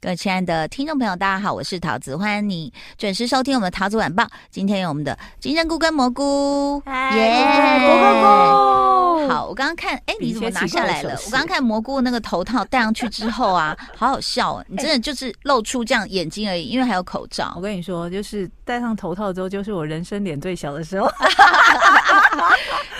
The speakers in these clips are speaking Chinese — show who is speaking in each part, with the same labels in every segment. Speaker 1: 各位亲爱的听众朋友，大家好，我是桃子，欢迎你准时收听我们的桃子晚报。今天有我们的金针菇跟蘑菇，
Speaker 2: 哎
Speaker 3: 嗨
Speaker 1: 耶
Speaker 3: 蘑菇
Speaker 1: 好，我刚刚看，哎，
Speaker 3: 比
Speaker 1: 你
Speaker 3: 一
Speaker 1: 怎么
Speaker 3: 些
Speaker 1: 拿
Speaker 3: 奇怪
Speaker 1: 下
Speaker 3: 的
Speaker 1: 来了
Speaker 3: 手？势
Speaker 1: 我刚刚看蘑菇那个头套戴上去之后啊， 好好笑哦！你真的就是露出这样眼睛而已，因为还有口
Speaker 3: 我
Speaker 1: 罩。
Speaker 3: 跟你说，就是戴上头套之后，就是我人生脸最小的时候，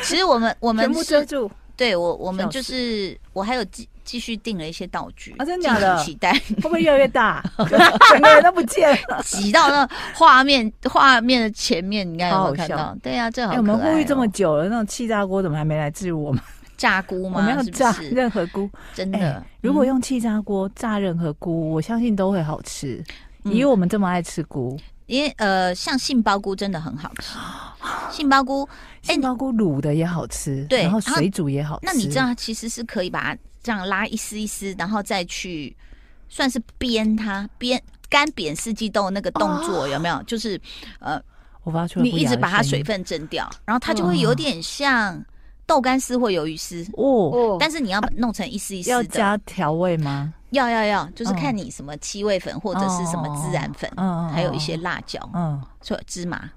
Speaker 1: 其实我们我
Speaker 3: 哎全
Speaker 1: 们
Speaker 3: 部
Speaker 1: 是
Speaker 3: 遮住。
Speaker 1: 对我我们
Speaker 3: 笑死
Speaker 1: 就是我还有继继续订了一些道具
Speaker 3: 啊真的
Speaker 1: 敬请
Speaker 3: 假的
Speaker 1: 期待
Speaker 3: 会不会越来越大？整个人都不见了。
Speaker 1: 挤到那画面画面的前面，你应该有没
Speaker 3: 好
Speaker 1: 有
Speaker 3: 好
Speaker 1: 看
Speaker 3: 笑
Speaker 1: 到？对啊，这好
Speaker 3: 哎
Speaker 1: 可爱
Speaker 3: 我
Speaker 1: 哦、
Speaker 3: 们呼吁这么久了，那种气炸锅怎么还没来治我们？
Speaker 1: 炸菇
Speaker 3: 我
Speaker 1: 吗？
Speaker 3: 们要
Speaker 1: 是不
Speaker 3: 炸
Speaker 1: 是
Speaker 3: 任何菇。
Speaker 1: 真
Speaker 3: 哎、
Speaker 1: 的？
Speaker 3: 如果
Speaker 1: 嗯
Speaker 3: 用气炸锅炸任何菇，我相信都会好吃。
Speaker 1: 嗯
Speaker 3: 以我们这么爱吃菇，
Speaker 1: 因为呃，像杏鲍菇真的很好吃，杏鲍菇，
Speaker 3: 杏鲍菇卤的也好吃，
Speaker 1: 哎对
Speaker 3: 然后
Speaker 1: 然后
Speaker 3: 水煮也好吃。
Speaker 1: 那你这样其实是可以把它这样拉一丝一丝，然后再去算是煸它，煸干煸四季豆那个动作、有没有？就是呃，
Speaker 3: 我发出了
Speaker 1: 你
Speaker 3: 哦不
Speaker 1: 一
Speaker 3: 雅
Speaker 1: 直
Speaker 3: 的
Speaker 1: 把它
Speaker 3: 声
Speaker 1: 水
Speaker 3: 音
Speaker 1: 分蒸掉，然后它就会有点像豆干丝或鱿鱼丝。
Speaker 3: 哦，
Speaker 2: 哦
Speaker 1: 但是你要把弄成一丝一丝
Speaker 3: 要
Speaker 1: 的，
Speaker 3: 加调味吗？
Speaker 1: 要要要，就是
Speaker 3: 嗯
Speaker 1: 看你什么七味粉或者是什么孜然粉，
Speaker 3: 嗯
Speaker 1: 还有一些辣椒，
Speaker 3: 嗯，
Speaker 1: 说芝麻，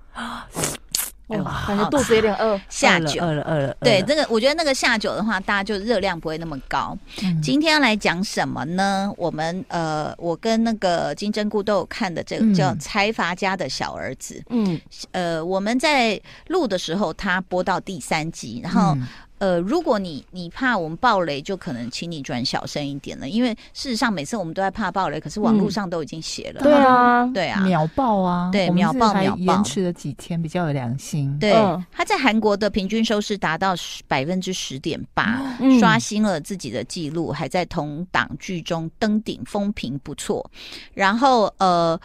Speaker 2: 哎
Speaker 3: 哇
Speaker 2: 哇，感觉肚子有点饿。
Speaker 1: 下
Speaker 3: 饿了
Speaker 1: 酒。
Speaker 3: 哦饿了饿了，饿
Speaker 1: 对，
Speaker 3: 了
Speaker 1: 这个我觉得那个下酒的话，大家就热量不会那么高。
Speaker 3: 嗯
Speaker 1: 今天要来讲什么呢？我们呃，我跟那个金针菇都有看的这个
Speaker 3: 嗯
Speaker 1: 叫《财阀家的小儿子
Speaker 2: 嗯，》。
Speaker 1: 呃，我们在录的时候，他播到第三集，然后、
Speaker 3: 嗯
Speaker 1: 呃，如果你你怕我们爆雷，就可能请你转小声一点了，因为事实上每次我们都在怕爆雷，可是网络上都已经写了。
Speaker 2: 对啊，
Speaker 1: 对啊，
Speaker 3: 秒爆啊！
Speaker 1: 对
Speaker 3: 我们
Speaker 1: 秒
Speaker 3: 是
Speaker 1: 爆
Speaker 3: 还
Speaker 1: 秒爆
Speaker 3: 延迟了几天比较有良心。
Speaker 1: 对
Speaker 2: 嗯，
Speaker 1: 他在韩国的平均收视达到百分之十点八，
Speaker 2: 嗯
Speaker 1: 刷新了自己的记录，还在同档剧中登顶，风评不错。然后呃。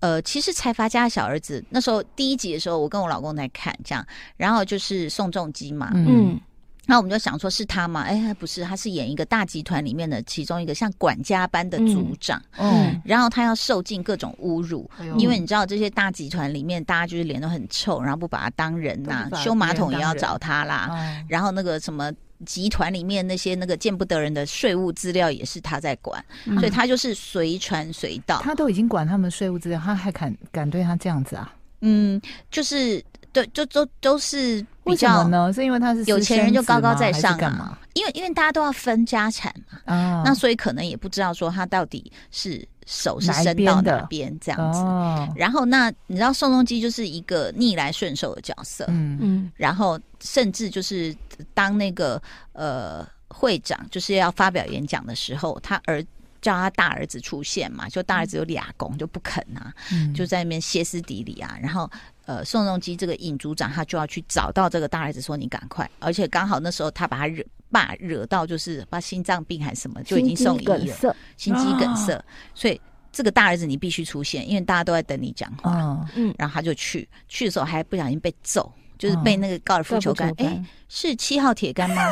Speaker 1: 呃，其实财阀家的小儿子那时候第一集的时候，我跟我老公在看，这样，然后就是宋仲基嘛，
Speaker 2: 嗯，
Speaker 1: 那我们就想说是他嘛，哎，不是，他是演一个大集团里面的其中一个像管家般的组长，
Speaker 3: 嗯
Speaker 1: 然后他要受尽各种侮辱，
Speaker 3: 哎呦
Speaker 1: 因为你知道这些大集团里面，大家就是脸都很臭，然后不把他当人呐、
Speaker 3: 都不把
Speaker 1: 修马桶也
Speaker 3: 别人
Speaker 1: 要
Speaker 3: 当人
Speaker 1: 找他啦，
Speaker 3: 啊
Speaker 1: 然后那个什么集团里面那些那个见不得人的税务资料也是他在管，
Speaker 2: 嗯
Speaker 1: 所以他就是随传随到，
Speaker 3: 他都已经管他们税务资料，他还敢敢对他这样子啊？
Speaker 1: 嗯，就是对，就都都是比
Speaker 3: 为什么
Speaker 1: 较。
Speaker 3: 呢？是因为他是
Speaker 1: 有
Speaker 3: 私
Speaker 1: 钱人
Speaker 3: 生
Speaker 1: 就
Speaker 3: 子
Speaker 1: 高高
Speaker 3: 吗
Speaker 1: 在
Speaker 3: 还是
Speaker 1: 上、啊，
Speaker 3: 干嘛
Speaker 1: 因为因为大家都要分家产嘛，
Speaker 3: 啊？
Speaker 1: 那所以可能也不知道说他到底是手是
Speaker 3: 哪一
Speaker 1: 伸
Speaker 3: 边
Speaker 1: 到
Speaker 3: 的
Speaker 1: 哪边这样子。
Speaker 3: 哦，
Speaker 1: 然后那你知道宋仲基就是一个逆来顺受的角色，
Speaker 3: 嗯
Speaker 2: 嗯
Speaker 1: 然后甚至就是当那个呃会长就是要发表演讲的时候，他儿叫他大儿子出现嘛，就大儿子有俩公就不肯啊，
Speaker 3: 嗯
Speaker 1: 就在那边歇斯底里啊，然后。呃，宋仲基这个尹组长，他就要去找到这个大儿子，说你赶快，而且刚好那时候他把他惹爸惹到，就是把心脏病还是什么，就已经送医
Speaker 2: 梗
Speaker 1: 了。
Speaker 2: 塞，啊
Speaker 1: 心肌梗塞，所以这个大儿子你必须出现，因为大家都在等你讲话。
Speaker 3: 啊
Speaker 2: 嗯，
Speaker 1: 然后他就去，去的时候还不小心被揍，就是被那个高尔夫球杆，哎、是七号铁杆吗？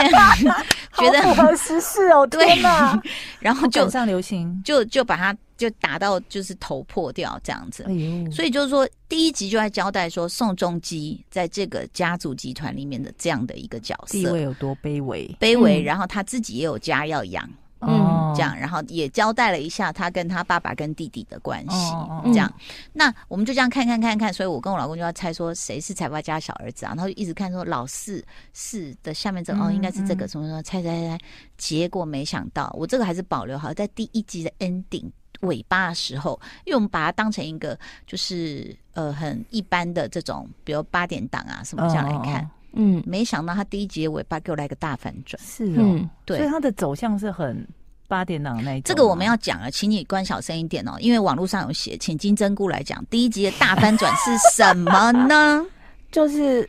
Speaker 1: 现在觉
Speaker 2: 好符
Speaker 1: 得，
Speaker 2: 合时事哦，
Speaker 1: 对
Speaker 2: 天哪！
Speaker 1: 然后就
Speaker 3: 赶上流行，
Speaker 1: 就就把他就打到就是头破掉这样子
Speaker 3: 哎。呦，
Speaker 1: 所以就是说，第一集就在交代说宋仲基在这个家族集团里面的这样的一个角
Speaker 3: 地
Speaker 1: 色
Speaker 3: 位有多卑微
Speaker 1: 卑微，
Speaker 2: 嗯
Speaker 1: 然后他自己也有家要养，
Speaker 2: 嗯
Speaker 3: 哦
Speaker 1: 这样，然后也交代了一下他跟他爸爸跟弟弟的关系
Speaker 3: 哦哦，
Speaker 1: 这样。那我们就这样看看看看，所以我跟我老公就要猜说谁是财阀家小儿子啊，然后就一直看说老四是的下面这个哦，
Speaker 3: 嗯
Speaker 1: 应该是这个
Speaker 3: 嗯
Speaker 1: 什么什么，猜猜猜，结果没想到我这个还是保留好，在第一集的 ending。尾巴的时候，因为我们把它当成一个就是呃很一般的这种，比如八点档啊什么这样来看，
Speaker 3: 哦
Speaker 2: 嗯
Speaker 1: 没想到他第一集的尾巴给我来个大反转。
Speaker 3: 是哦，
Speaker 2: 嗯，
Speaker 1: 对，
Speaker 3: 所以他的走向是很八点档那一种吗。
Speaker 1: 这个我们要讲了，啊请你关小声一点哦，因为网络上有写，请金针菇来讲第一集的大翻转是什么 呢？
Speaker 2: 就是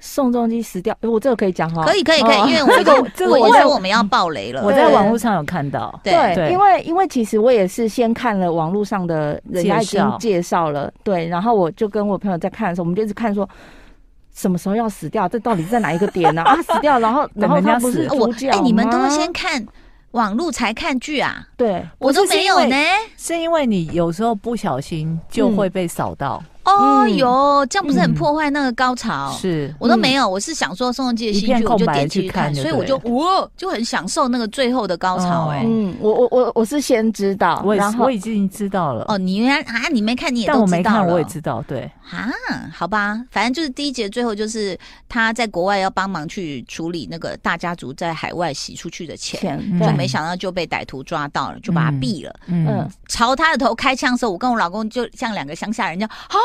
Speaker 2: 宋仲基死掉，哎我这个可以讲
Speaker 3: 哦
Speaker 2: 哈，
Speaker 1: 可以，可以，可以，因为我已
Speaker 2: 这个
Speaker 1: 经
Speaker 2: 这个
Speaker 1: 我已
Speaker 2: 我
Speaker 1: 经
Speaker 2: 在
Speaker 1: 说我们要爆雷
Speaker 3: 我
Speaker 1: 了，
Speaker 3: 在
Speaker 2: 对
Speaker 3: 网络上有看到，
Speaker 1: 对
Speaker 2: 对，
Speaker 3: 对
Speaker 2: 因为因为其实我也是先看了网络上的人家已经介绍了，对，然后我就跟我朋友在看的时候，我们就一直看说。什么时候要死掉？这到底在哪一个点呢、啊？死掉， 然后然后
Speaker 3: 人
Speaker 2: 他
Speaker 3: 家
Speaker 2: 不
Speaker 3: 死
Speaker 2: 是
Speaker 3: 了
Speaker 1: 我
Speaker 2: 主角
Speaker 1: 哎，你们都
Speaker 2: 吗
Speaker 1: 先看网络才看剧啊，
Speaker 2: 对，
Speaker 1: 我
Speaker 3: 不是
Speaker 1: 都没有
Speaker 3: 是因
Speaker 1: 呢。
Speaker 3: 是因为你有时候不小心就会被扫到，
Speaker 1: 哦
Speaker 2: 嗯
Speaker 1: 哟，这样不是很破坏那个高潮？
Speaker 3: 是
Speaker 1: 我都没有，我是想说宋仲基的新
Speaker 3: 嗯一
Speaker 1: 剧，
Speaker 3: 片
Speaker 1: 我
Speaker 3: 空
Speaker 1: 就
Speaker 3: 白
Speaker 1: 点进
Speaker 3: 去
Speaker 1: 看，
Speaker 3: 看就
Speaker 1: 所以我
Speaker 3: 对
Speaker 1: 就哇，就很享受那个最后的高潮
Speaker 3: 哦
Speaker 1: 哎、
Speaker 2: 嗯，我我我我是先知道，
Speaker 3: 我也
Speaker 2: 然
Speaker 3: 是
Speaker 2: 后
Speaker 3: 我已经知道了，
Speaker 1: 哦，你原来啊，你没看你也
Speaker 3: 但
Speaker 1: 都
Speaker 3: 我
Speaker 1: 知
Speaker 3: 没
Speaker 1: 道
Speaker 3: 看，
Speaker 1: 了
Speaker 3: 我也知道，对，
Speaker 1: 啊，好吧，反正就是第一节最后就是他在国外要帮忙去处理那个大家族在海外洗出去的钱，
Speaker 2: 钱
Speaker 3: 嗯
Speaker 1: 就
Speaker 2: 对
Speaker 1: 没想到就被歹徒抓到了，就把他毙了。
Speaker 2: 嗯
Speaker 3: 嗯，
Speaker 1: 朝他的头开枪的时候，我跟我老公就像两个乡下人，就哦，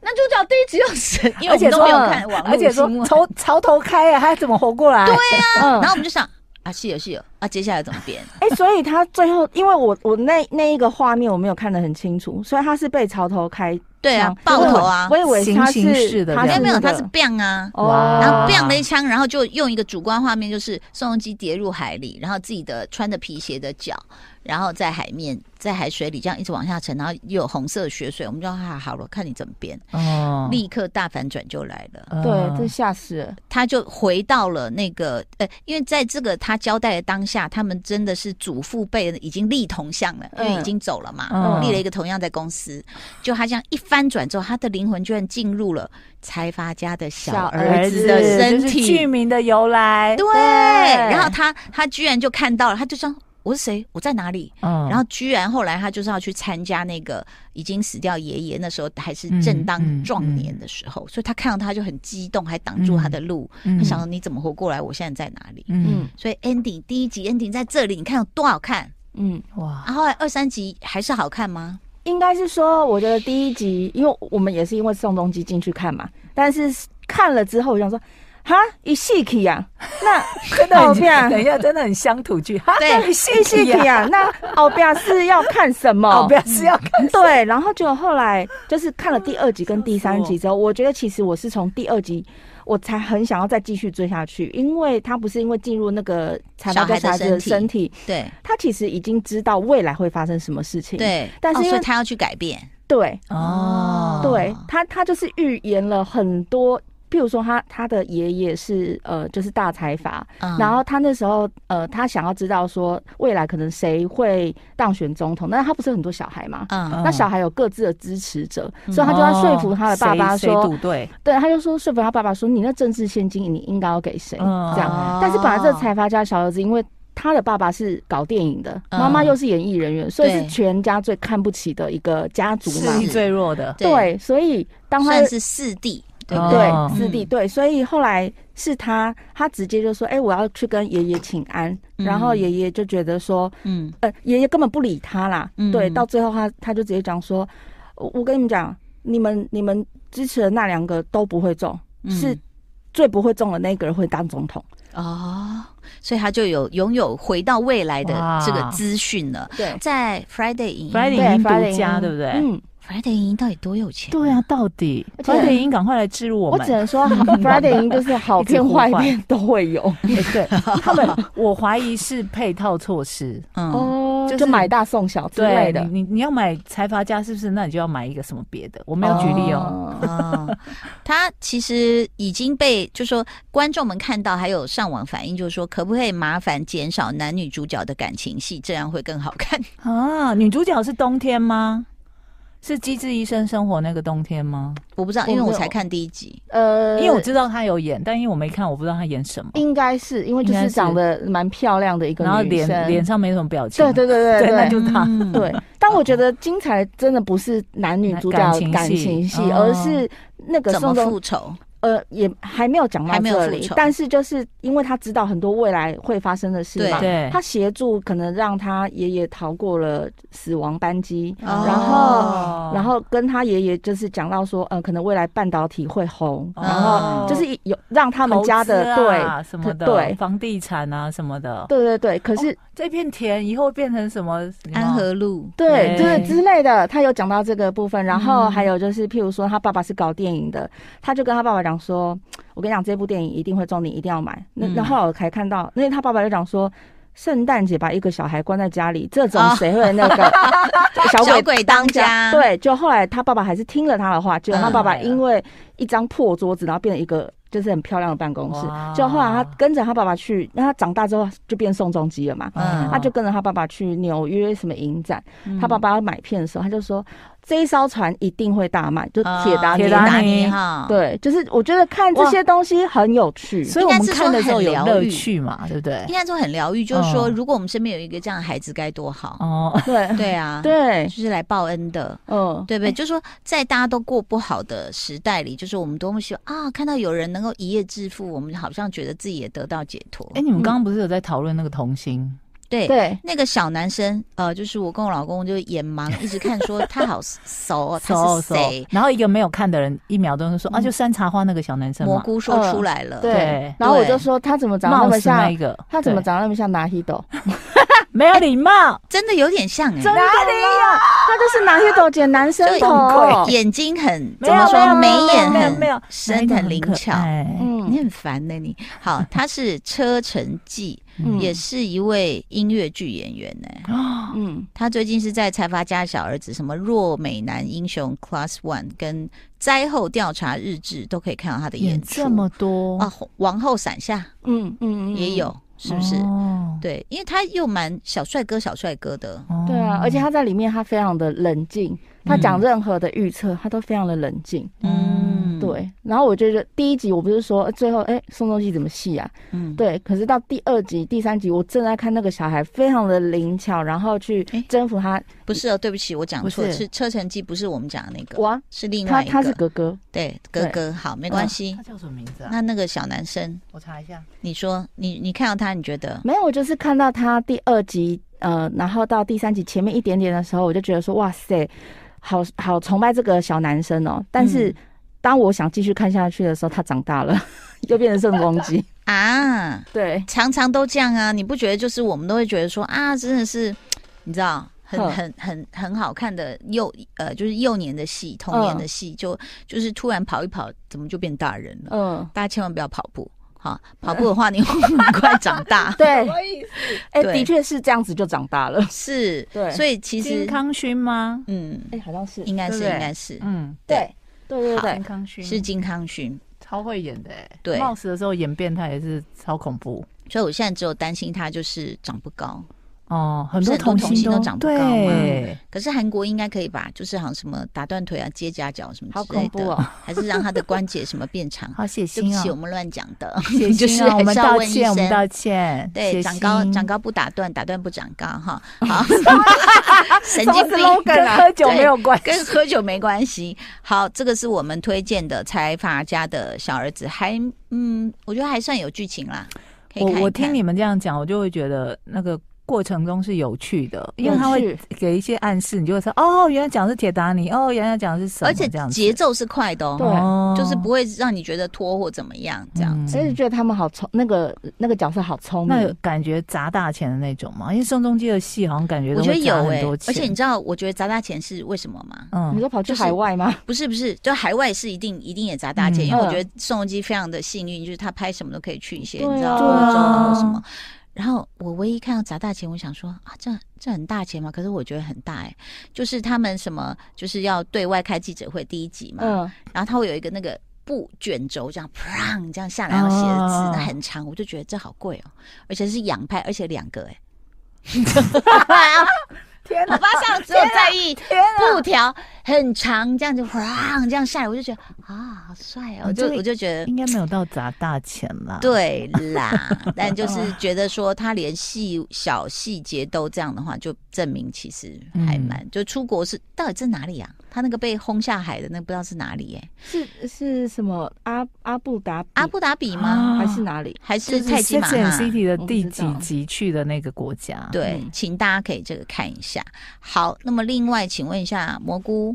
Speaker 1: 男主角第一集又死，因为
Speaker 3: 而
Speaker 1: 我们
Speaker 3: 且
Speaker 1: 都
Speaker 3: 说
Speaker 1: 没有看网络
Speaker 3: 而且说嗯
Speaker 1: 新闻，
Speaker 3: 朝朝头开啊，他怎么活过来？对，
Speaker 2: 嗯
Speaker 1: 然后我们就想啊，是有是有啊，接下来怎么编？
Speaker 2: 哎、所以他最后，因为我我那那一个画面我没有看得很清楚，所以他是被朝头开枪，
Speaker 1: 对啊，爆
Speaker 2: 我哦以为
Speaker 1: 头啊，
Speaker 2: 我以为他
Speaker 3: 行刑式
Speaker 2: 是
Speaker 3: 的
Speaker 2: 他
Speaker 1: 没
Speaker 3: 这
Speaker 1: 有
Speaker 2: 是
Speaker 3: 样
Speaker 1: 没有，他是
Speaker 2: 那个
Speaker 1: bang 啊。
Speaker 2: 哦，
Speaker 1: 然后 b
Speaker 3: 变
Speaker 1: a 了一枪，然后就用一个主观画面，就是宋仲基跌入海里，然后自己的穿着皮鞋的脚，然后在海面在海水里这样一直往下沉，然后又有红色的血水，我们就啊好了，看你怎么编，
Speaker 3: 哦嗯
Speaker 1: 立刻大反转就来了。
Speaker 2: 对，这吓死了，
Speaker 1: 他就回到了那个呃，因为在这个他交代的当下，他们真的是祖父辈已经立同像了，因
Speaker 2: 嗯
Speaker 1: 为已经走了嘛，
Speaker 3: 嗯
Speaker 1: 立了一个同样的公司。就他这样一翻转之后，他的灵魂居然进入了财阀家的小
Speaker 2: 小
Speaker 1: 儿
Speaker 2: 儿
Speaker 1: 子
Speaker 2: 子
Speaker 1: 的
Speaker 2: 就是
Speaker 1: 身
Speaker 3: 就是
Speaker 1: 体，
Speaker 3: 剧名的由来，
Speaker 1: 对。然后他他居然就看到了，他就说我是谁？我在哪里？
Speaker 3: 嗯
Speaker 1: 然后居然后来他就是要去参加那个已经死掉爷爷那时候还是正当
Speaker 3: 嗯嗯
Speaker 1: 壮年的时候，所以他看到他就很激动，还挡住他的路。他想到你怎么活过来？我现在在哪里？
Speaker 3: 嗯
Speaker 2: 嗯
Speaker 1: 所以 ending 第一集 ending 在这里，你看有多好看
Speaker 2: 嗯，
Speaker 3: 哇
Speaker 1: 啊！后来二三集还是好看吗？
Speaker 2: 应该是说，我觉得第一集，因为我们也是因为宋仲基进去看嘛，但是看了之后，我想说，哈，一戏体呀， 那真的好
Speaker 3: 等一
Speaker 2: 变
Speaker 3: 下，。等一下，真的很乡土剧，哈，
Speaker 1: 对
Speaker 3: 对，
Speaker 2: 一
Speaker 3: 谢
Speaker 2: 戏
Speaker 3: 谢
Speaker 2: 体啊，那奥比亚是要看什 么？
Speaker 3: 哦，不要是要看，
Speaker 2: 嗯对，然后就后来就是看了第二集跟第三集之后，我觉得其实我是从第二集我才很想要再继续追下去，因为他不是因为进入那个财阀
Speaker 1: 小孩的
Speaker 2: 家小孩子
Speaker 1: 身
Speaker 2: 的
Speaker 1: 体
Speaker 2: 身体，
Speaker 1: 对
Speaker 2: 他其实已经知道未来会发生什么事情。
Speaker 1: 对，
Speaker 2: 但是
Speaker 1: 哦
Speaker 2: 因为
Speaker 1: 所以他要去改变，
Speaker 2: 对
Speaker 1: 哦
Speaker 2: 对，他他就是预言了很多。譬如说他，他的爷爷是呃，就是大财阀，
Speaker 1: 嗯
Speaker 2: 然后他那时候呃，他想要知道说未来可能谁会当选总统，但他不是很多小孩嘛，
Speaker 1: 嗯
Speaker 3: 嗯
Speaker 2: 那小孩有各自的支持者，
Speaker 1: 嗯
Speaker 2: 所以他就要说服他的爸爸
Speaker 3: 哦谁
Speaker 2: 说，
Speaker 3: 谁赌对，
Speaker 2: 对，他就说说服他爸爸说，你那政治现金你应该要给谁、
Speaker 3: 嗯
Speaker 2: 这样。
Speaker 1: 哦
Speaker 2: 但是本来这财阀家小儿子，因为他的爸爸是搞电影的，
Speaker 1: 嗯
Speaker 2: 妈妈又是演艺人员，所以
Speaker 1: 对
Speaker 2: 是全家最看不起的一个家族嘛
Speaker 3: 实。力最弱的，
Speaker 1: 对
Speaker 2: 对，所以当他
Speaker 1: 算是四弟，对不对？
Speaker 3: 哦
Speaker 2: 对师弟
Speaker 1: 嗯
Speaker 2: 对，所以后来是他，他直接就说：“哎，我要去跟爷爷请安。”然后
Speaker 1: 嗯
Speaker 2: 爷爷就觉得说：“
Speaker 1: 嗯
Speaker 2: 呃，爷爷根本不理他啦。
Speaker 1: 嗯
Speaker 2: 对，到最后他他就直接讲说，我我跟你们讲，你们你们支持的那两个都不会中，
Speaker 1: 嗯
Speaker 2: 是最不会中的那个人会当总统。
Speaker 1: 哦，所以他就有拥有回到未来的
Speaker 3: 哇
Speaker 1: 这个资讯了。
Speaker 2: 对
Speaker 1: 在 Friday 影音
Speaker 3: Friday
Speaker 2: 对
Speaker 3: 影音
Speaker 2: ，Friday
Speaker 3: 独家
Speaker 2: 影
Speaker 3: 对不对
Speaker 2: 嗯，
Speaker 1: Friday 影音到底多有钱？
Speaker 3: 对啊，到底
Speaker 2: 而且
Speaker 3: 快点，音赶快来置入我
Speaker 2: 我
Speaker 3: 们
Speaker 2: 只。能说 Friday 音就是好
Speaker 3: 一直
Speaker 2: 片
Speaker 3: 呼
Speaker 2: 坏
Speaker 3: 唤
Speaker 2: 片都会有
Speaker 3: 哎对他们，我怀疑是配套措施。
Speaker 1: 嗯，
Speaker 2: 哦
Speaker 3: 就
Speaker 2: 就是买大送小 之类
Speaker 3: 对
Speaker 2: 的。
Speaker 3: 你你你要买财阀家是不是？那你就要买一个什么别的？我没有举例哦。
Speaker 2: 哦，
Speaker 1: 哦，他其实已经被就说观众们看到，还有上网反映，就是说可不可以麻烦减少男女主角的感情戏，这样会更好看。
Speaker 2: 哦
Speaker 3: 啊，女主角是冬天吗？是《机智医生生活》那个冬天吗？
Speaker 1: 我不知道，
Speaker 2: 我
Speaker 1: 因为我
Speaker 2: 没有
Speaker 1: 才看第一集。
Speaker 2: 呃，
Speaker 3: 因为我知道她有演，但因为我没看，我不知道她演什么。
Speaker 2: 应该是因为就
Speaker 3: 应该
Speaker 2: 是
Speaker 3: 是
Speaker 2: 长得蛮漂亮的一个
Speaker 3: 然后
Speaker 2: 女
Speaker 3: 脸
Speaker 2: 生
Speaker 3: 脸上没什么表情。
Speaker 2: 对对对
Speaker 3: 对
Speaker 2: 对
Speaker 3: 那就她
Speaker 1: 嗯
Speaker 2: 对，但我觉得精彩真的不是男女主角
Speaker 3: 感情戏
Speaker 2: 感情戏，
Speaker 3: 哦
Speaker 2: 而是那个
Speaker 1: 怎么
Speaker 2: 宋仲
Speaker 1: 复仇？
Speaker 2: 呃也还没有讲到
Speaker 1: 还没有
Speaker 2: 这
Speaker 1: 复
Speaker 2: 里
Speaker 1: 仇，
Speaker 2: 但是就是因为他知道很多未来会发生的事嘛，
Speaker 3: 对
Speaker 2: 他协助可能让他爷爷逃过了死亡班机，
Speaker 1: 哦
Speaker 2: 然后。
Speaker 3: 哦
Speaker 2: 然后跟他爷爷就是讲到说，呃，可能未来半导体会红，
Speaker 3: 哦
Speaker 2: 然后就是有让他
Speaker 3: 他
Speaker 2: 们家的、
Speaker 3: 啊、什么的，
Speaker 2: 对
Speaker 3: 房地产啊什么的。
Speaker 2: 对对对对，可是、
Speaker 3: 这片田以后变成什么？你知道
Speaker 1: 安和路，
Speaker 2: 对，就
Speaker 3: 对
Speaker 2: 是之类的，他有讲到这个部分，然后
Speaker 3: 嗯
Speaker 2: 还有就是，譬如说他爸爸是搞电影的，他就跟他爸爸讲说：“我跟你讲，这部电影一定会中，你一定要买。那”
Speaker 1: 嗯
Speaker 2: 然后我才看到，因为他爸爸就讲说。圣诞节把一个小孩关在家里，这种
Speaker 1: 哦
Speaker 2: 谁 会那个小
Speaker 1: 小
Speaker 2: 鬼
Speaker 1: 鬼当家
Speaker 2: 对，就后来他爸爸还是听了他的话，就
Speaker 1: 嗯
Speaker 2: 他爸爸因为一张破桌子，然后变成一个就是很漂亮的办公室
Speaker 3: 哇。
Speaker 2: 就后来他跟着他爸爸去，那他长大之后就变宋仲基了嘛，
Speaker 1: 嗯
Speaker 2: 他就跟着他爸爸去纽约什么影展。他爸爸要买片的时候，他就说：“这一艘船一定会大卖，就铁达尼
Speaker 3: 铁
Speaker 2: 号。
Speaker 3: 达尼
Speaker 1: 哈，，
Speaker 2: 对，就是我觉得看这些东西很有趣，
Speaker 3: 所以我们看的时候有乐趣嘛，对不对
Speaker 1: 应？该说很疗愈。就是说，
Speaker 3: 嗯
Speaker 1: 如果我们身边有一个这样的孩子，该多好。
Speaker 3: 哦，
Speaker 2: 对
Speaker 1: 对啊，，
Speaker 2: 对，
Speaker 1: 就是来报恩的。
Speaker 2: 嗯，
Speaker 1: 对不
Speaker 3: 哎
Speaker 1: 对？就说在大家都过不好的时代里，就是我们多么希望啊，看到有人能够一夜致富，我们好像觉得自己也得到解脱。
Speaker 3: 哎，你们刚刚不是有在讨论那个童星？
Speaker 1: 对，
Speaker 2: 对，
Speaker 1: 那个小男生，呃，就是我跟我老公就眼盲，一直看说他好熟哦，他
Speaker 3: 搜
Speaker 1: 是谁？
Speaker 3: 然后一个没有看的人，一秒钟就说、啊，
Speaker 1: 嗯
Speaker 3: 就山茶花那个小男生
Speaker 1: 蘑
Speaker 3: 嘛，
Speaker 1: 菇说出来了，
Speaker 2: 对
Speaker 3: 嗯对
Speaker 2: 然后我
Speaker 1: 对
Speaker 2: 就说他怎么长得那
Speaker 3: 貌
Speaker 2: 么
Speaker 3: 似那
Speaker 2: 像
Speaker 3: 一，个，
Speaker 2: 他怎么
Speaker 3: 对
Speaker 2: 长得那么像拿希斗？
Speaker 3: 没有 礼貌？
Speaker 1: 真的有点像哎、
Speaker 2: 哪里呀？他就是拿希斗剪男生
Speaker 1: 就崩
Speaker 2: 头，
Speaker 1: 眼睛很
Speaker 3: 没
Speaker 1: 怎
Speaker 3: 有
Speaker 1: 么说，
Speaker 3: 没
Speaker 1: 眉
Speaker 3: 有
Speaker 1: 眼
Speaker 3: 没有没有没有
Speaker 1: 很深，
Speaker 3: 那一个
Speaker 1: 很灵
Speaker 3: 可
Speaker 1: 巧。
Speaker 3: 爱
Speaker 1: 你
Speaker 2: 嗯
Speaker 1: 很烦呢、你好，他是车臣纪，
Speaker 2: 嗯
Speaker 1: 也是一位音乐剧演员呢、
Speaker 3: 哦
Speaker 2: 嗯，
Speaker 1: 他最近是在财阀家小儿子什么弱美男英雄 Class One 跟灾后调查日志都可以看到他的
Speaker 3: 演
Speaker 1: 演出
Speaker 3: 哎这么多
Speaker 1: 啊，王后伞下
Speaker 2: 嗯嗯嗯
Speaker 1: 也有，是不是？
Speaker 3: 哦
Speaker 1: 对，因为他又蛮小帅哥小帅哥的，
Speaker 3: 哦
Speaker 2: 对啊，而且他在里面他非常的冷静，他讲任何的预测他都非常的冷静。
Speaker 3: 嗯，
Speaker 2: 对，然后我就觉得第一集我不是说呃最后哎宋仲基怎么戏啊？
Speaker 1: 嗯，
Speaker 2: 对，可是到第二集、第三集，我正在看那个小孩非常的灵巧，然后去
Speaker 1: 哎
Speaker 2: 征服他。
Speaker 1: 不是哦，对不起，我讲错，
Speaker 3: 不是
Speaker 1: 是车臣记，不是我们讲的那个，
Speaker 2: 哇，
Speaker 1: 是另
Speaker 2: 他
Speaker 1: 外一
Speaker 2: 他是
Speaker 1: 个，
Speaker 2: 哥哥，
Speaker 1: 对，哥哥，好，没关系
Speaker 3: 他。叫什么名字啊？
Speaker 1: 那那个小男生，
Speaker 3: 我查一下。
Speaker 1: 你说你你看到他，你觉得
Speaker 2: 没有，我就是看到他第二集，呃，然后到第三集前面一点点的时候，我就觉得说，哇塞，好好崇拜这个小男生哦。但是、
Speaker 1: 嗯
Speaker 2: 当我想继续看下去的时候，他长大了， 又变成宋仲 基。
Speaker 1: 啊，
Speaker 2: 对，
Speaker 1: 常常都这样啊，你不觉得就是我们都会觉得说啊，真的是，你知道。很
Speaker 3: 嗯
Speaker 2: 哼
Speaker 1: 很很很好看的幼呃，就是幼年的戏、童
Speaker 3: 嗯
Speaker 1: 年的戏，就就是突然跑一跑，怎么就变大人了？
Speaker 2: 嗯。
Speaker 1: 大家千万不要跑步，好，
Speaker 3: 嗯
Speaker 1: 跑步的话你会很快长 大。
Speaker 2: 对，哎、
Speaker 1: 对
Speaker 2: 的确是这样子就长大了。
Speaker 1: 是，
Speaker 2: 对
Speaker 1: 所以其
Speaker 3: 金
Speaker 1: 实，
Speaker 3: 康勋吗？
Speaker 1: 嗯，
Speaker 2: 哎、好像是
Speaker 1: 应该是，
Speaker 3: 对不对
Speaker 1: 应该是，
Speaker 3: 嗯，
Speaker 1: 对，
Speaker 2: 对对
Speaker 3: 金
Speaker 2: 对，
Speaker 3: 康勋
Speaker 1: 是金康勋。
Speaker 3: 超会演的欸，
Speaker 1: 对
Speaker 3: 冒死的时候演变态也是超恐怖
Speaker 1: 所以我现在只有担心他就是长不高，
Speaker 3: 哦，很
Speaker 1: 是
Speaker 3: 多
Speaker 1: 很多
Speaker 3: 童
Speaker 1: 童星
Speaker 3: 都
Speaker 1: 都长不高嘛
Speaker 3: 对？
Speaker 1: 可是韩国应该可以吧？就是好像什么打断腿啊、接夹脚什么
Speaker 2: 好
Speaker 1: 之类
Speaker 2: 恐怖
Speaker 1: 的，
Speaker 2: 哦。
Speaker 1: 还是让他的关节什么变长
Speaker 3: 好血
Speaker 1: 对不
Speaker 3: 腥
Speaker 1: 起，我
Speaker 3: 哦，
Speaker 1: 们乱讲 的，
Speaker 3: 血
Speaker 1: 就
Speaker 3: 腥
Speaker 1: 是
Speaker 3: 哦，我
Speaker 1: 还
Speaker 3: 们
Speaker 1: 是要
Speaker 3: 道
Speaker 1: 问医
Speaker 3: 歉，我们
Speaker 1: 生。
Speaker 3: 道歉，
Speaker 1: 对，
Speaker 3: 血
Speaker 1: 长高
Speaker 3: 腥
Speaker 1: 长高不打断，打断不长高 哈。好，神
Speaker 2: 什么
Speaker 1: 经病。
Speaker 2: slogan
Speaker 3: 跟
Speaker 2: 啊？
Speaker 3: 喝酒没有关系。
Speaker 1: 跟喝酒没关系。好，这个是我们推荐的财阀家的小儿子，还嗯，我觉得还算有剧情啦。可以看一看
Speaker 3: 我我听你们这样讲，我就会觉得那个过程中是有趣的，因为他
Speaker 2: 有
Speaker 3: 会
Speaker 2: 趣
Speaker 1: 嗯
Speaker 3: 给一些暗示，你就会说哦，原来讲的是铁达尼，哦，原来讲的是什么，
Speaker 1: 而且
Speaker 3: 这样子
Speaker 1: 节奏是快的哦，
Speaker 2: 对
Speaker 3: 哦
Speaker 1: 就是不会让你觉得拖或怎么样这样。
Speaker 2: 所以
Speaker 3: 嗯
Speaker 2: 觉得他们好聪，那个那个角色好聪
Speaker 3: 那有
Speaker 2: 明。
Speaker 3: 感觉砸大钱的那种嘛，因为宋仲基的戏好像感觉
Speaker 1: 我
Speaker 3: 都
Speaker 1: 觉得
Speaker 3: 会
Speaker 1: 有
Speaker 3: 砸
Speaker 1: 哎、
Speaker 3: 很多
Speaker 1: 而
Speaker 3: 钱，
Speaker 1: 且你知道，我觉得砸大钱是为什么吗？
Speaker 2: 你
Speaker 3: 嗯，
Speaker 2: 说跑去
Speaker 1: 就是
Speaker 2: 海外吗？
Speaker 1: 不是不是，就海外是一定一定也砸大钱，
Speaker 3: 嗯
Speaker 1: 因为我觉得宋仲基非常的幸运，就是他拍什么都可以去一些，
Speaker 2: 对啊
Speaker 1: 你知道
Speaker 2: 对
Speaker 1: 欧洲
Speaker 3: 啊
Speaker 1: 啊或什么。然后我唯一看到砸大钱，我想说啊，这这很大钱吗？可是我觉得很大哎、就是他们什么就是要对外开记者会第一集嘛，
Speaker 2: 嗯，
Speaker 1: 然后他会有一个那个布卷轴这样砰这样下来，然后写的字、
Speaker 3: 哦
Speaker 2: 啊
Speaker 1: 那很长，我就觉得这好贵哦，而且是洋派，而且两 个哎、
Speaker 3: 天
Speaker 1: 我，爸上只有在意布条很长，这样子哇，这样下来，我就觉得啊，好帅哦！
Speaker 3: 啊
Speaker 1: 我就
Speaker 3: 这个
Speaker 1: 我就觉得
Speaker 3: 应该没有到砸大钱啦，，
Speaker 1: 对 啦，但
Speaker 3: 哦
Speaker 1: 就是觉得说他连细小细节都这样的话，就证明其实还蛮
Speaker 3: 嗯
Speaker 1: 就出国是到底在哪里啊？他那个被轰下海的那个不知道是哪里哎、
Speaker 3: 嗯
Speaker 2: 是是什么阿阿布达比
Speaker 1: 阿布达比吗？
Speaker 3: 啊
Speaker 2: 还是哪里？
Speaker 1: 还
Speaker 3: 就是是
Speaker 1: 泰姬
Speaker 3: Sex
Speaker 1: 玛
Speaker 3: and
Speaker 1: 哈？
Speaker 3: City 的
Speaker 2: 我不
Speaker 3: 第
Speaker 2: 知
Speaker 3: 几
Speaker 2: 道
Speaker 3: 集去的那个国家，
Speaker 1: 对，
Speaker 2: 嗯
Speaker 1: 请大家可以这个看一下。好，那么另外请问一下蘑菇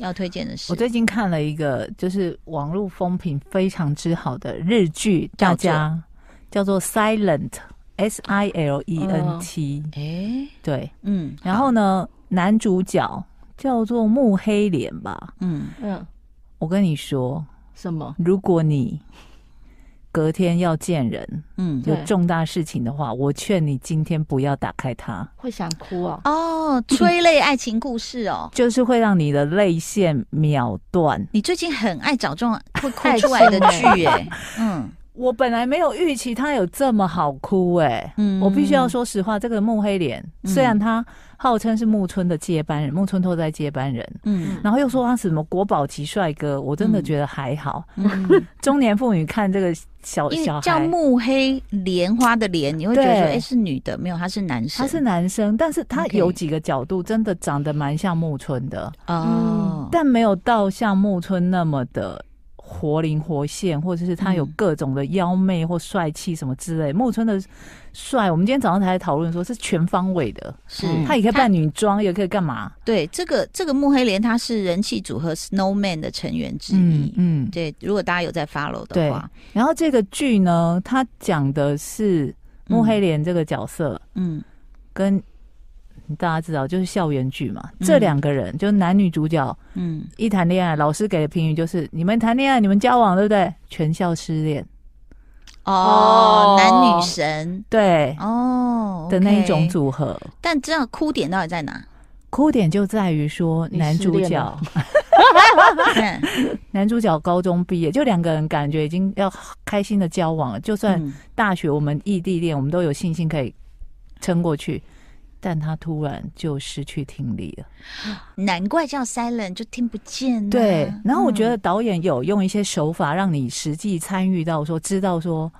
Speaker 1: 要推荐的是
Speaker 3: 我最近看了一个，就是网络风评非常之好的日剧，
Speaker 1: 叫
Speaker 3: 大
Speaker 1: 做
Speaker 3: 家叫做 Silent S I L E N T，、
Speaker 1: 哎、
Speaker 3: 对。
Speaker 1: 嗯，
Speaker 3: 然后呢，男主角叫做木黑脸吧。
Speaker 1: 嗯。
Speaker 2: 嗯，
Speaker 3: 我跟你说，
Speaker 2: 什么？
Speaker 3: 如果你隔天要见人，
Speaker 1: 嗯
Speaker 3: 有
Speaker 2: 对
Speaker 3: 重大事情的话，我劝你今天不要打开它，
Speaker 2: 会想哭哦。
Speaker 1: 哦，催泪爱情故事 哦。
Speaker 3: 就是会让你的泪腺秒断。
Speaker 1: 你最近很爱找这种会哭出来的剧耶，嗯
Speaker 3: 我本来没有预期他有这么好哭哎、
Speaker 1: 嗯
Speaker 3: 我必须要，说实话，这个木黑脸
Speaker 1: 嗯
Speaker 3: 虽然他号称是木村的接班人，木村拓哉接班人，
Speaker 1: 嗯
Speaker 3: 然后又说他是什么国宝级帅哥，我真的觉得还好。
Speaker 1: 嗯，
Speaker 3: 中年妇女看这个 小
Speaker 1: 因
Speaker 3: 小
Speaker 1: 为叫
Speaker 3: 孩，
Speaker 1: 木黑莲花的莲，你会觉得说，
Speaker 3: 对
Speaker 1: 哎，是女的，没有，她是男生，
Speaker 3: 他是男生，但是他
Speaker 1: OK
Speaker 3: 有几个角度真的长得蛮像木村的，
Speaker 1: 哦，
Speaker 3: 嗯但没有到像木村那么的。活灵活现，或者是他有
Speaker 1: 嗯
Speaker 3: 各种的妖媚或帅气什么之类。木村的帅，我们今天早上才在讨论说是全方位的，
Speaker 1: 是
Speaker 2: 嗯
Speaker 3: 他也可以扮女装，也可以干嘛？
Speaker 1: 对，这个这个木黑莲，她是人气组合 Snowman 的成员之一。
Speaker 3: 嗯，
Speaker 1: 对，如果大家有在 follow 的话，
Speaker 3: 然后这个剧呢，它讲的是
Speaker 1: 嗯
Speaker 3: 木黑莲这个角色、
Speaker 1: 嗯
Speaker 3: 跟大家知道就是校园剧嘛，
Speaker 1: 嗯
Speaker 3: 这两个人就是男女主角
Speaker 1: 嗯，
Speaker 3: 一谈恋爱，老师给的评语就是你们谈恋爱，你们交往对不对？全校失恋，
Speaker 1: 哦
Speaker 2: 哦，
Speaker 1: 男女神
Speaker 3: 对、
Speaker 1: 哦
Speaker 3: 的那一种
Speaker 1: OK
Speaker 3: 组合。
Speaker 1: 但这样哭点到底在 哪？
Speaker 3: 哭点就在于说
Speaker 2: 你
Speaker 3: 男
Speaker 2: 失
Speaker 3: 主
Speaker 2: 恋
Speaker 3: 角
Speaker 2: 了，
Speaker 1: 嗯
Speaker 3: 男主角高中毕业，就两个人感觉已经要开心的交往了，就算
Speaker 1: 嗯
Speaker 3: 大学我们异地恋，我们都有信心可以撑过去，但他突然就失去听力了。
Speaker 1: 难怪叫 silent 就听不见啊、
Speaker 3: 然后我觉得
Speaker 1: 嗯
Speaker 3: 导演有用一些手法让你实际参与到说，知道说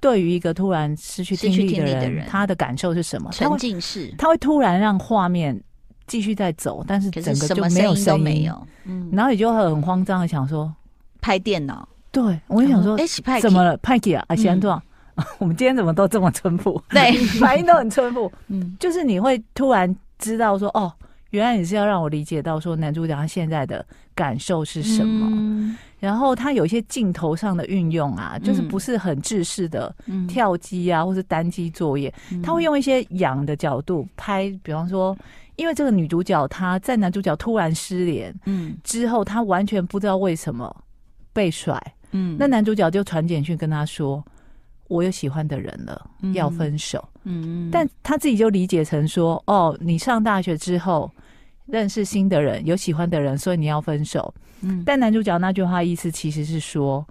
Speaker 3: 对于一个突然失去听
Speaker 1: 失去
Speaker 3: 力
Speaker 1: 听
Speaker 3: 的
Speaker 1: 力
Speaker 3: 人，
Speaker 1: 的人
Speaker 3: 他的感受是什么？他
Speaker 1: 沉
Speaker 3: 会
Speaker 1: 浸式，
Speaker 3: 他会突然让画面继续在走，但是
Speaker 1: 可
Speaker 3: 整
Speaker 1: 是
Speaker 3: 个
Speaker 1: 什
Speaker 3: 就
Speaker 1: 么
Speaker 3: 没有
Speaker 1: 音都
Speaker 3: 声
Speaker 1: 没
Speaker 3: 音，
Speaker 1: 有。嗯，
Speaker 3: 然后你就会很慌张的想说，
Speaker 1: 拍电脑，
Speaker 3: 对我就想说
Speaker 1: 哎、，洗派
Speaker 3: 怎么了，派克啊，啊，喜安
Speaker 1: 嗯
Speaker 3: 多我们今天怎么都这么 淳朴？
Speaker 1: 对，
Speaker 3: 反应都很淳朴，
Speaker 1: 嗯
Speaker 3: 就是你会突然知道说，哦，原来你是要让我理解到说男主角他现在的感受是什么，
Speaker 1: 么？
Speaker 3: 然后他有一些镜头上的运用啊，就是
Speaker 1: 嗯嗯
Speaker 3: 不是很制式的
Speaker 1: 嗯
Speaker 3: 跳机啊，或是单机作业，他会用一些仰的角度拍，比方说，因为这个女主角她在男主角突然失联
Speaker 1: 嗯
Speaker 3: 之后，她完全不知道为什么被甩，
Speaker 1: 嗯
Speaker 3: 那男主角就传简讯跟她说。我有喜欢的人了，要分手。
Speaker 1: 嗯
Speaker 3: 但他自己就理解成说，哦，你上大学之后认识新的人，有喜欢的人，所以你要分手。
Speaker 1: 嗯
Speaker 3: 但男主角那句话意思其实是说，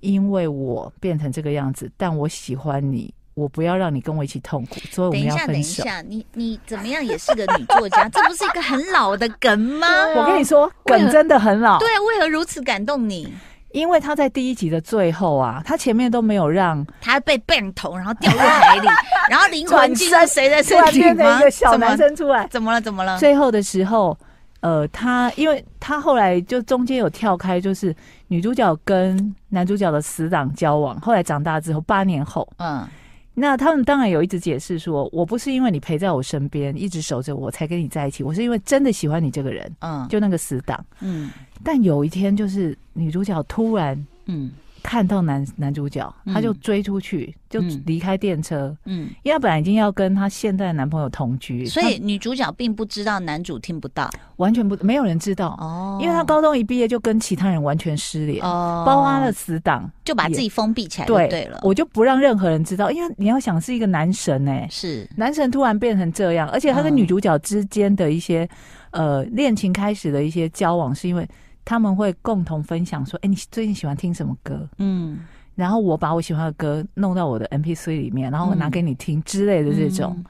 Speaker 3: 因为我变成这个样子，但我喜欢你，我不要让你跟我一起痛苦，所以我
Speaker 1: 等
Speaker 3: 们
Speaker 1: 一
Speaker 3: 要
Speaker 1: 下，等
Speaker 3: 分
Speaker 1: 一
Speaker 3: 手。
Speaker 1: 下，你你怎么样也是个女作家， 这不是一个很老的梗吗？
Speaker 3: 我跟你说，
Speaker 1: 为
Speaker 3: 梗
Speaker 1: 何
Speaker 3: 真的很老，
Speaker 1: 对，为何如此感动你？
Speaker 3: 因为他在第一集的最后啊，他前面都没有让
Speaker 1: 他被棒头，然后掉入海 里，然后灵魂进入
Speaker 3: 转身
Speaker 1: 谁的
Speaker 3: 突
Speaker 1: 身
Speaker 3: 然
Speaker 1: 体
Speaker 3: 变成
Speaker 1: 吗？
Speaker 3: 一个小
Speaker 1: 怎么嗯
Speaker 3: 男生出来，
Speaker 1: 怎么了？怎么了？
Speaker 3: 最后的时候，呃，他因为他后来就中间有跳开，就是女主角跟男主角的死党交往，后来长大之后八年后，
Speaker 1: 嗯
Speaker 3: 那他们当然有一直解释说，我不是因为你陪在我身边，一直守着我才跟你在一起，我是因为真的喜欢你这个人，
Speaker 1: 嗯
Speaker 3: 就那个死党。
Speaker 1: 嗯
Speaker 3: 但有一天，就是女主角突然。
Speaker 1: 嗯
Speaker 3: 看到男男主角，
Speaker 1: 嗯
Speaker 3: 她就追出去，就
Speaker 1: 嗯
Speaker 3: 离开电车，
Speaker 1: 嗯，
Speaker 3: 因为她本来已经要跟她现在的男朋友同居，
Speaker 1: 所以女主角并不知道男主听不到
Speaker 3: 她完全不没有人知道
Speaker 1: 哦
Speaker 3: 因为他高中一毕业就跟其他人完全失联，
Speaker 1: 哦
Speaker 3: 包括他的死党，
Speaker 1: 就把
Speaker 3: 也
Speaker 1: 自己封闭起来就
Speaker 3: 对
Speaker 1: 对了，
Speaker 3: 我就不让任何人知道，因为你要想是一个男神哎、
Speaker 1: 是
Speaker 3: 男神突然变成这样，而且他跟
Speaker 1: 嗯
Speaker 3: 女主角之间的一些、呃恋情开始的一些交往，是因为他们会共同分享说，哎、你最近喜欢听什么歌？
Speaker 1: 嗯
Speaker 3: 然后我把我喜欢的歌弄到我的 M P 3里面，然后我拿给你听之类的这种。
Speaker 1: 嗯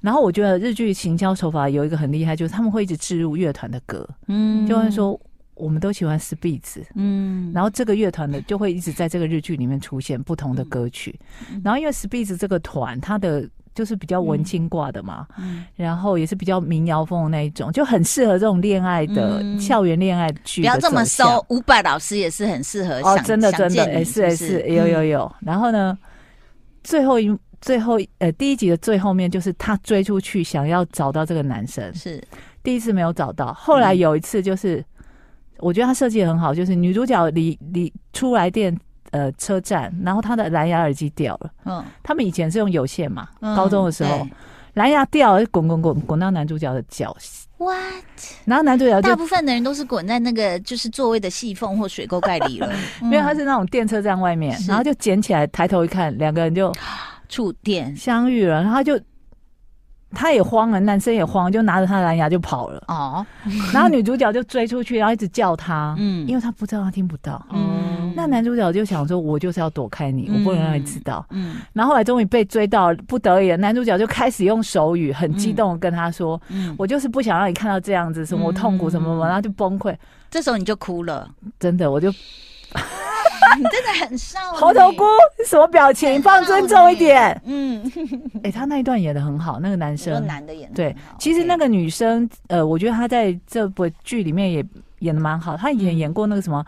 Speaker 3: 然后我觉得日剧行销手法有一个很厉害，就是他们会一直置入乐团的歌，
Speaker 1: 嗯
Speaker 3: 就会说我们都喜欢 Speeds，
Speaker 1: 嗯
Speaker 3: 然后这个乐团的就会一直在这个日剧里面出现不同的歌曲，
Speaker 1: 嗯
Speaker 3: 然后因为 Speeds 这个团，它的就是比较文青挂的嘛，
Speaker 1: 嗯
Speaker 3: 然后也是比较民谣风的那一种，就很适合这种恋爱的、
Speaker 1: 嗯
Speaker 3: 校园恋爱剧
Speaker 1: 不
Speaker 3: 的走
Speaker 1: 要
Speaker 3: 向。
Speaker 1: 这么收，伍佰老师也是很适合
Speaker 3: 哦
Speaker 1: 想，
Speaker 3: 真的真
Speaker 1: 想
Speaker 3: 的，
Speaker 1: 见
Speaker 3: 哎
Speaker 1: 你
Speaker 3: 是哎
Speaker 1: 是嗯
Speaker 3: 是，
Speaker 1: 不是
Speaker 3: 有有有。然后呢，最后一最后一呃第一集的最后面就是他追出去想要找到这个男生
Speaker 1: 嗯，是
Speaker 3: 第一次没有找到，后
Speaker 1: 嗯
Speaker 3: 来有一次就是，我觉得他设计得很好，就是女主角离离出来电呃车站，然后她的蓝牙耳机掉了。
Speaker 1: 嗯
Speaker 3: 他们以前是用有线嘛，
Speaker 1: 嗯
Speaker 3: 高中的时候
Speaker 1: 对
Speaker 3: 蓝牙掉了，哎滚滚滚滚到男主角的脚，
Speaker 1: 哇，
Speaker 3: 然后男主角就
Speaker 1: 大部分的人都是滚在那个就是座位的细缝或水沟盖里 了，
Speaker 3: 因为他
Speaker 1: 嗯
Speaker 3: 是那种电车站外面，
Speaker 1: 是
Speaker 3: 然后就捡起来，抬头一看，两个人就
Speaker 1: 触电
Speaker 3: 相遇了，然后他就。他也慌了，男生也慌，就拿着他的蓝牙就跑了。
Speaker 1: 哦，
Speaker 3: 然后女主角就追出去，然后一直叫他，
Speaker 1: 嗯
Speaker 3: 因为他不知道他听不到。
Speaker 1: 嗯
Speaker 3: 那但男主角就想说，我就是要躲开你，我不能让你知道。
Speaker 1: 嗯
Speaker 3: 然后后来终于被追到，不得已了，男主角就开始用手语很激动地跟他说：“
Speaker 1: 嗯，
Speaker 3: 我就是不想让你看到这样子，什么我痛苦什么什
Speaker 1: 嗯
Speaker 3: 么，然后就崩溃。
Speaker 1: 这时候你就哭了，
Speaker 3: 真的，我就
Speaker 1: 你真的很少女
Speaker 3: 猴头菇，什么表情，放尊重一点。
Speaker 1: 嗯，
Speaker 3: 哎、他那一段演的很好，那个男
Speaker 1: 说
Speaker 3: 生。
Speaker 1: 男的演得
Speaker 3: 啊对
Speaker 1: 很好，
Speaker 3: 其实那
Speaker 1: 对
Speaker 3: 个女生，呃，我觉得她在这部剧里面也演的蛮好。她以前
Speaker 1: 嗯
Speaker 3: 演过那个什么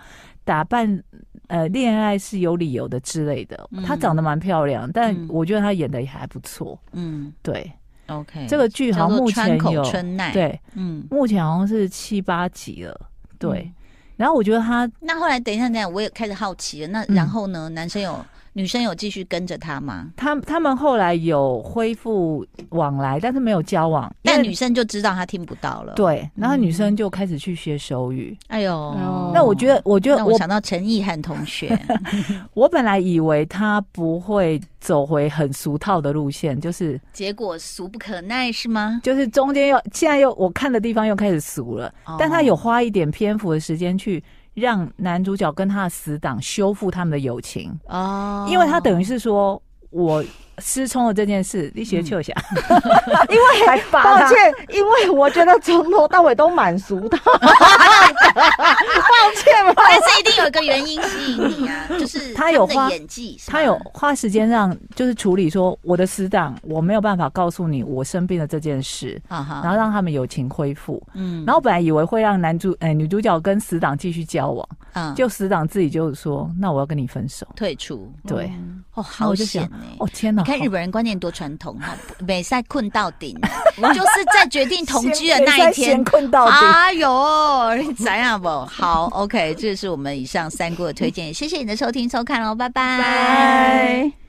Speaker 3: 打扮，呃，恋爱是有理由的之类的。她
Speaker 1: 嗯
Speaker 3: 长得蛮漂亮，但
Speaker 1: 嗯
Speaker 3: 我觉得她演的也还不错。
Speaker 1: 嗯
Speaker 3: 对，
Speaker 1: ，OK，
Speaker 3: 这个剧
Speaker 1: 嗯叫
Speaker 3: 好像
Speaker 1: 做
Speaker 3: 目
Speaker 1: 川
Speaker 3: 前
Speaker 1: 口
Speaker 3: 有
Speaker 1: 春奈，，
Speaker 3: 对，
Speaker 1: 嗯，
Speaker 3: 目前好像是七八集了。对，
Speaker 1: 嗯
Speaker 3: 然后我觉得她
Speaker 1: 那后来等一下，等一下，我也开始好奇了。那
Speaker 3: 嗯
Speaker 1: 然后呢？男生有女生有继续跟着他吗？
Speaker 3: 他他们后来有恢复往来，但是没有交往。因
Speaker 1: 但
Speaker 3: 为
Speaker 1: 女生就知道他听不到了。，
Speaker 3: 对，然后女
Speaker 1: 嗯
Speaker 3: 生就开始去学手语。
Speaker 1: 哎呦，
Speaker 2: 哦
Speaker 3: 那我觉得，我觉得
Speaker 1: 让我
Speaker 3: 我
Speaker 1: 想到陈意涵同学，
Speaker 3: 我本来以为他不会走回很俗套的路线，就是
Speaker 1: 结果俗不可耐是吗？
Speaker 3: 就是中间又现在又我看的地方又开始俗了，但他有
Speaker 1: 哦
Speaker 3: 花一点篇幅的时间去让男主角跟他的死党修复他们的友情，
Speaker 1: 哦，
Speaker 3: 因为他等于是说我失聪了这件事，你学秋霞，
Speaker 2: 因为
Speaker 3: 嗯还扒
Speaker 2: 抱
Speaker 3: 他
Speaker 2: 歉，因为我觉得从头到尾都蛮 俗的，抱歉吧。
Speaker 1: 但是一定有一个原因吸引你啊，就是
Speaker 3: 他有
Speaker 1: 们
Speaker 3: 花
Speaker 1: 的演技，是吗
Speaker 3: 他有花时间让就是处理说我的死党，我没有办法告诉你我生病的这件事，
Speaker 1: 啊哈，
Speaker 3: 然后让他们友情恢复。
Speaker 1: 嗯
Speaker 3: 然后本来以为会让男主哎、女主角跟死党继续交往，
Speaker 1: 嗯
Speaker 3: 就死党自己就说那我要跟你分手。
Speaker 1: 退出
Speaker 2: 嗯
Speaker 3: 对，
Speaker 1: 哦，
Speaker 3: 那
Speaker 1: 好
Speaker 3: 我就
Speaker 1: 险
Speaker 3: 想
Speaker 1: 呢。
Speaker 3: 哦天哪，
Speaker 1: 你看
Speaker 3: 好
Speaker 1: 日本人观念多传统哈，美赛困到 顶，就是在决定同居的那一天
Speaker 3: 先先。困到底。
Speaker 1: 哎呦，你怎样不好？OK，这是我们以上三姑的推荐，谢谢你的收听收看哦，拜拜。
Speaker 2: 拜。